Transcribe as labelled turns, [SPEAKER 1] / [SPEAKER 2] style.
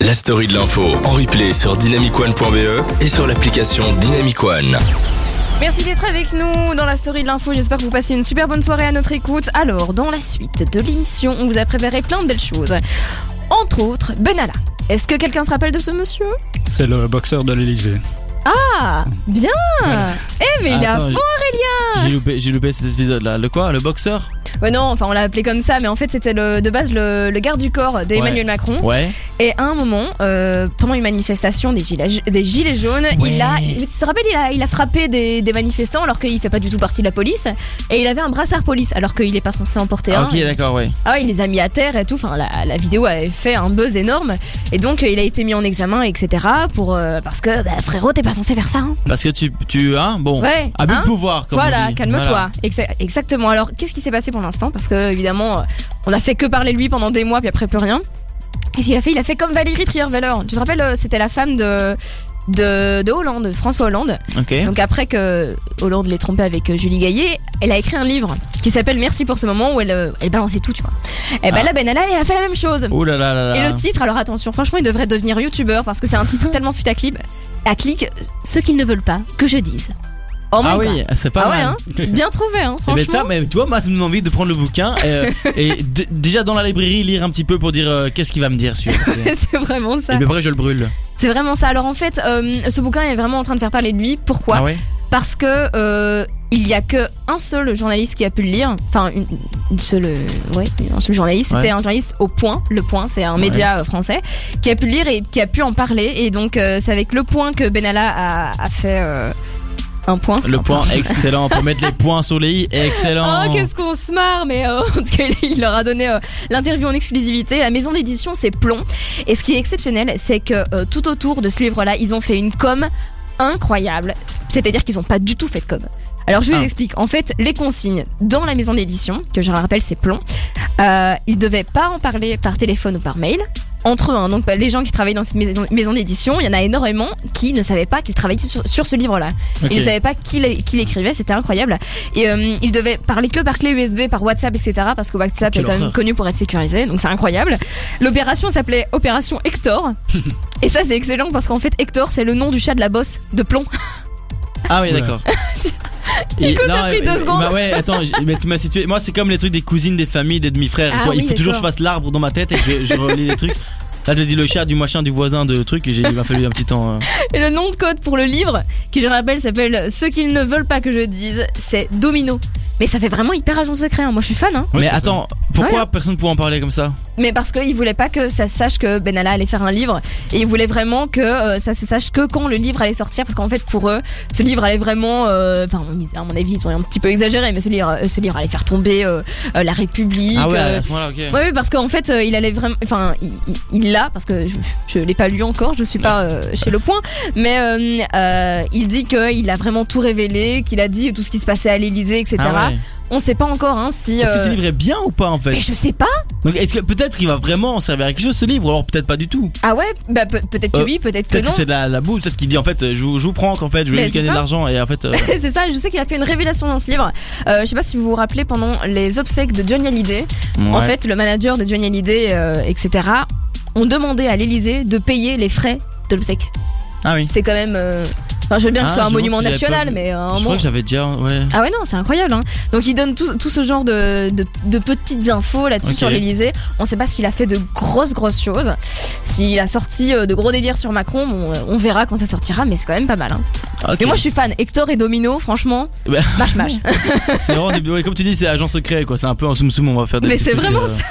[SPEAKER 1] la story de l'info en replay sur dynamicone.be E et sur l'application Dynamicone.
[SPEAKER 2] Merci d'être avec nous dans la story de l'info. J'espère que vous passez une super bonne soirée à notre écoute. Alors, dans la suite de l'émission, on vous a préparé plein de belles choses. Entre autres, Benalla. Est-ce que quelqu'un se rappelle de ce monsieur
[SPEAKER 3] C'est le boxeur de l'Elysée.
[SPEAKER 2] Ah, bien Eh, mais il a
[SPEAKER 4] Attends,
[SPEAKER 2] fond,
[SPEAKER 4] J'ai loupé, j'ai loupé cet épisode là. Le quoi Le boxeur
[SPEAKER 2] Ouais, non, enfin, on l'a appelé comme ça, mais en fait, c'était le- de base le, le garde du corps d'Emmanuel Macron.
[SPEAKER 4] Ouais.
[SPEAKER 2] Et à un moment, euh, pendant une manifestation des gilets, des gilets jaunes,
[SPEAKER 4] Ouais.
[SPEAKER 2] il a, tu te rappelles, il a, il a frappé des, des manifestants alors qu'il fait pas du tout partie de la police. Et il avait un brassard police alors qu'il est pas censé en porter
[SPEAKER 4] Ah,
[SPEAKER 2] un.
[SPEAKER 4] ok, d'accord, ouais.
[SPEAKER 2] Ah, ouais, il les a mis à terre et tout. Enfin, la, la vidéo avait fait un buzz énorme. Et donc, euh, il a été mis en examen, etc. Pour, euh, parce que, bah, frérot, t'es pas censé faire ça. Hein.
[SPEAKER 4] Parce que tu, tu hein, bon.
[SPEAKER 2] Ouais.
[SPEAKER 4] Abus
[SPEAKER 2] hein
[SPEAKER 4] de pouvoir, comme on
[SPEAKER 2] voilà,
[SPEAKER 4] dit.
[SPEAKER 2] calme-toi.
[SPEAKER 4] Voilà.
[SPEAKER 2] Exa- Exactement. Alors, qu'est-ce qui s'est passé pour l'instant Parce que, évidemment, euh, on a fait que parler de lui pendant des mois, puis après plus rien. Qu'est-ce qu'il a fait Il a fait comme Valérie Trierweiler. Tu te rappelles, euh, c'était la femme de, de, de Hollande, de François Hollande.
[SPEAKER 4] Ok.
[SPEAKER 2] Donc, après que Hollande l'ait trompée avec euh, Julie Gaillet, elle a écrit un livre qui s'appelle Merci pour ce moment où elle, euh, elle balançait tout, tu vois. Et ben là,
[SPEAKER 4] Ah.
[SPEAKER 2] Benalla, elle a fait la même chose.
[SPEAKER 4] Ouh là là là là.
[SPEAKER 2] Et le titre, alors attention, franchement, il devrait devenir youtubeur parce que c'est un titre tellement putaclic. À clic, ce qu'ils ne veulent pas que je dise. Oh my
[SPEAKER 4] Ah
[SPEAKER 2] God.
[SPEAKER 4] oui, c'est pas
[SPEAKER 2] Ah ouais,
[SPEAKER 4] mal.
[SPEAKER 2] hein Bien trouvé, hein,
[SPEAKER 4] Eh
[SPEAKER 2] franchement.
[SPEAKER 4] ben ça, mais tu vois, moi, ça me donne envie de prendre le bouquin euh, et d- déjà dans la librairie lire un petit peu pour dire euh, qu'est-ce qu'il va me dire celui-là. et
[SPEAKER 2] c'est vraiment ça.
[SPEAKER 4] puis après, je le brûle.
[SPEAKER 2] C'est vraiment ça. Alors en fait, euh, ce bouquin est vraiment en train de faire parler de lui. Pourquoi
[SPEAKER 4] ah ouais
[SPEAKER 2] Parce que euh, il y a que un seul journaliste qui a pu le lire. Enfin, une, une seule, euh, ouais, un seul journaliste.
[SPEAKER 4] Ouais.
[SPEAKER 2] C'était un journaliste au Point. Le Point, c'est un
[SPEAKER 4] Ouais.
[SPEAKER 2] média euh, français qui a pu le lire et qui a pu en parler. Et donc euh, c'est avec le Point que Benalla a, a fait euh, un point.
[SPEAKER 4] Le point excellent pour mettre les points sur les i. Excellent.
[SPEAKER 2] Oh, qu'est-ce qu'on se marre, mais euh, en tout cas, il- il leur a donné euh, l'interview en exclusivité. La maison d'édition, c'est plomb. Et ce qui est exceptionnel, c'est que euh, tout autour de ce livre-là, ils ont fait une com incroyable. C'est-à-dire qu'ils n'ont pas du tout fait de com. Alors, je vous
[SPEAKER 4] Ah.
[SPEAKER 2] explique. En fait, les consignes dans la maison d'édition, que je rappelle, c'est plomb, euh, ils devaient pas en parler par téléphone ou par mail. Entre eux, hein. donc bah, les gens qui travaillent dans cette maison, maison d'édition, il y en a énormément qui ne savaient pas qu'ils travaillaient sur- sur ce livre-là.
[SPEAKER 4] Ok.
[SPEAKER 2] Ils ne savaient pas qui l'é- qui l'écrivait, c'était incroyable. Et euh, ils devaient parler que par clé USB, par WhatsApp, etc. Parce que WhatsApp
[SPEAKER 4] Quelle
[SPEAKER 2] est quand même
[SPEAKER 4] horreur.
[SPEAKER 2] connu pour être sécurisé, donc c'est incroyable. L'opération s'appelait Opération Hector. Et ça, c'est excellent parce qu'en fait, Hector, c'est le nom du chat de la bosse de plomb.
[SPEAKER 4] Ah oui,
[SPEAKER 3] Oula.
[SPEAKER 4] d'accord.
[SPEAKER 2] Nico, ça a pris deux
[SPEAKER 4] mais-
[SPEAKER 2] secondes.
[SPEAKER 4] Bah ouais, attends, j'ai- mais tu m'as situé. Moi, c'est comme les trucs des cousines, des familles, des demi-frères.
[SPEAKER 2] Ah
[SPEAKER 4] Tu vois,
[SPEAKER 2] oui,
[SPEAKER 4] il faut toujours que je
[SPEAKER 2] d'accord.
[SPEAKER 4] fasse l'arbre dans ma tête et que je, je relis les trucs. Là, je dis le chat du machin du voisin de truc et j'ai il m'a fallu un petit temps. euh.
[SPEAKER 2] Et le nom de code pour le livre, qui je rappelle s'appelle Ce qu'ils ne veulent pas que je dise, c'est Domino. Mais ça fait vraiment hyper agent secret, hein. moi je suis fan. Hein.
[SPEAKER 3] Oui,
[SPEAKER 4] mais
[SPEAKER 3] c'est ça.
[SPEAKER 4] attends, pourquoi personne pouvait en parler comme ça
[SPEAKER 2] Mais parce qu'ils voulaient pas que ça se sache que Benalla allait faire un livre. Et ils voulaient vraiment que euh, ça se sache que quand le livre allait sortir. Parce qu'en fait, pour eux, ce livre allait vraiment. euh, Enfin, ils- à mon avis, ils ont un petit peu exagéré, mais ce livre, euh, ce livre allait faire tomber euh, euh, la République.
[SPEAKER 4] Ah ouais,
[SPEAKER 2] euh,
[SPEAKER 4] à ce moment-là, ok.
[SPEAKER 2] Ouais, ouais, parce qu'en fait, euh, il allait vraiment. Enfin, il- il- il l'a, parce que je, je l'ai pas lu encore, je suis pas euh, chez Le Point. Mais euh, euh, il dit qu'il a vraiment tout révélé, qu'il a dit tout ce qui se passait à l'Elysée, etc.
[SPEAKER 4] Ah ouais.
[SPEAKER 2] On sait pas encore hein, si.
[SPEAKER 4] Est-ce que ce
[SPEAKER 2] euh,
[SPEAKER 4] livre est bien ou pas en
[SPEAKER 2] Mais
[SPEAKER 4] fait
[SPEAKER 2] je sais pas.
[SPEAKER 4] Donc est-ce que peut-être il va vraiment servir à quelque chose ce livre ou alors peut-être pas du tout
[SPEAKER 2] Ah ouais, bah peut- peut-être que
[SPEAKER 4] Euh,
[SPEAKER 2] oui, peut-être que
[SPEAKER 4] Peut-être
[SPEAKER 2] non.
[SPEAKER 4] que c'est de la, la boue, peut-être qu'il dit en fait euh, je vous, je vous prends qu'en fait je
[SPEAKER 2] Mais
[SPEAKER 4] vais juste
[SPEAKER 2] c'est
[SPEAKER 4] gagner
[SPEAKER 2] ça.
[SPEAKER 4] de l'argent et en fait. euh,
[SPEAKER 2] c'est ça, je sais qu'il a fait une révélation dans ce livre. Euh, je sais pas si vous vous rappelez, pendant les obsèques de Johnny Hallyday, en
[SPEAKER 4] ouais.
[SPEAKER 2] fait, le manager de Johnny Hallyday, euh, etc., ont demandé à l'Elysée de payer les frais de l'obsèque.
[SPEAKER 4] Ah oui.
[SPEAKER 2] C'est quand même. euh, Enfin, je veux bien que
[SPEAKER 4] Ah,
[SPEAKER 2] ce soit un
[SPEAKER 4] je me
[SPEAKER 2] monument
[SPEAKER 4] demande si j'avais
[SPEAKER 2] national,
[SPEAKER 4] pas vu.
[SPEAKER 2] mais euh, un
[SPEAKER 4] Je
[SPEAKER 2] moment-
[SPEAKER 4] crois que j'avais déjà. Ouais.
[SPEAKER 2] Ah ouais, non, c'est incroyable. hein. Donc, il donne tout, tout ce genre de, de- de petites infos là-dessus
[SPEAKER 4] Ok.
[SPEAKER 2] sur l'Elysée. On sait pas s'il a fait de grosses, grosses choses. S'il a sorti euh, de gros délires sur Macron, bon, euh, on verra quand ça sortira, mais c'est quand même pas mal. Hein.
[SPEAKER 4] Ok.
[SPEAKER 2] Et moi, je suis fan. Hector et Domino, franchement,
[SPEAKER 4] Bah.
[SPEAKER 2] mâche, mâche.
[SPEAKER 4] C'est vraiment des- ouais, comme tu dis, c'est agent secret quoi. C'est un peu en soum soum on va faire des.
[SPEAKER 2] Mais
[SPEAKER 4] petits
[SPEAKER 2] c'est
[SPEAKER 4] trucs,
[SPEAKER 2] vraiment
[SPEAKER 4] euh,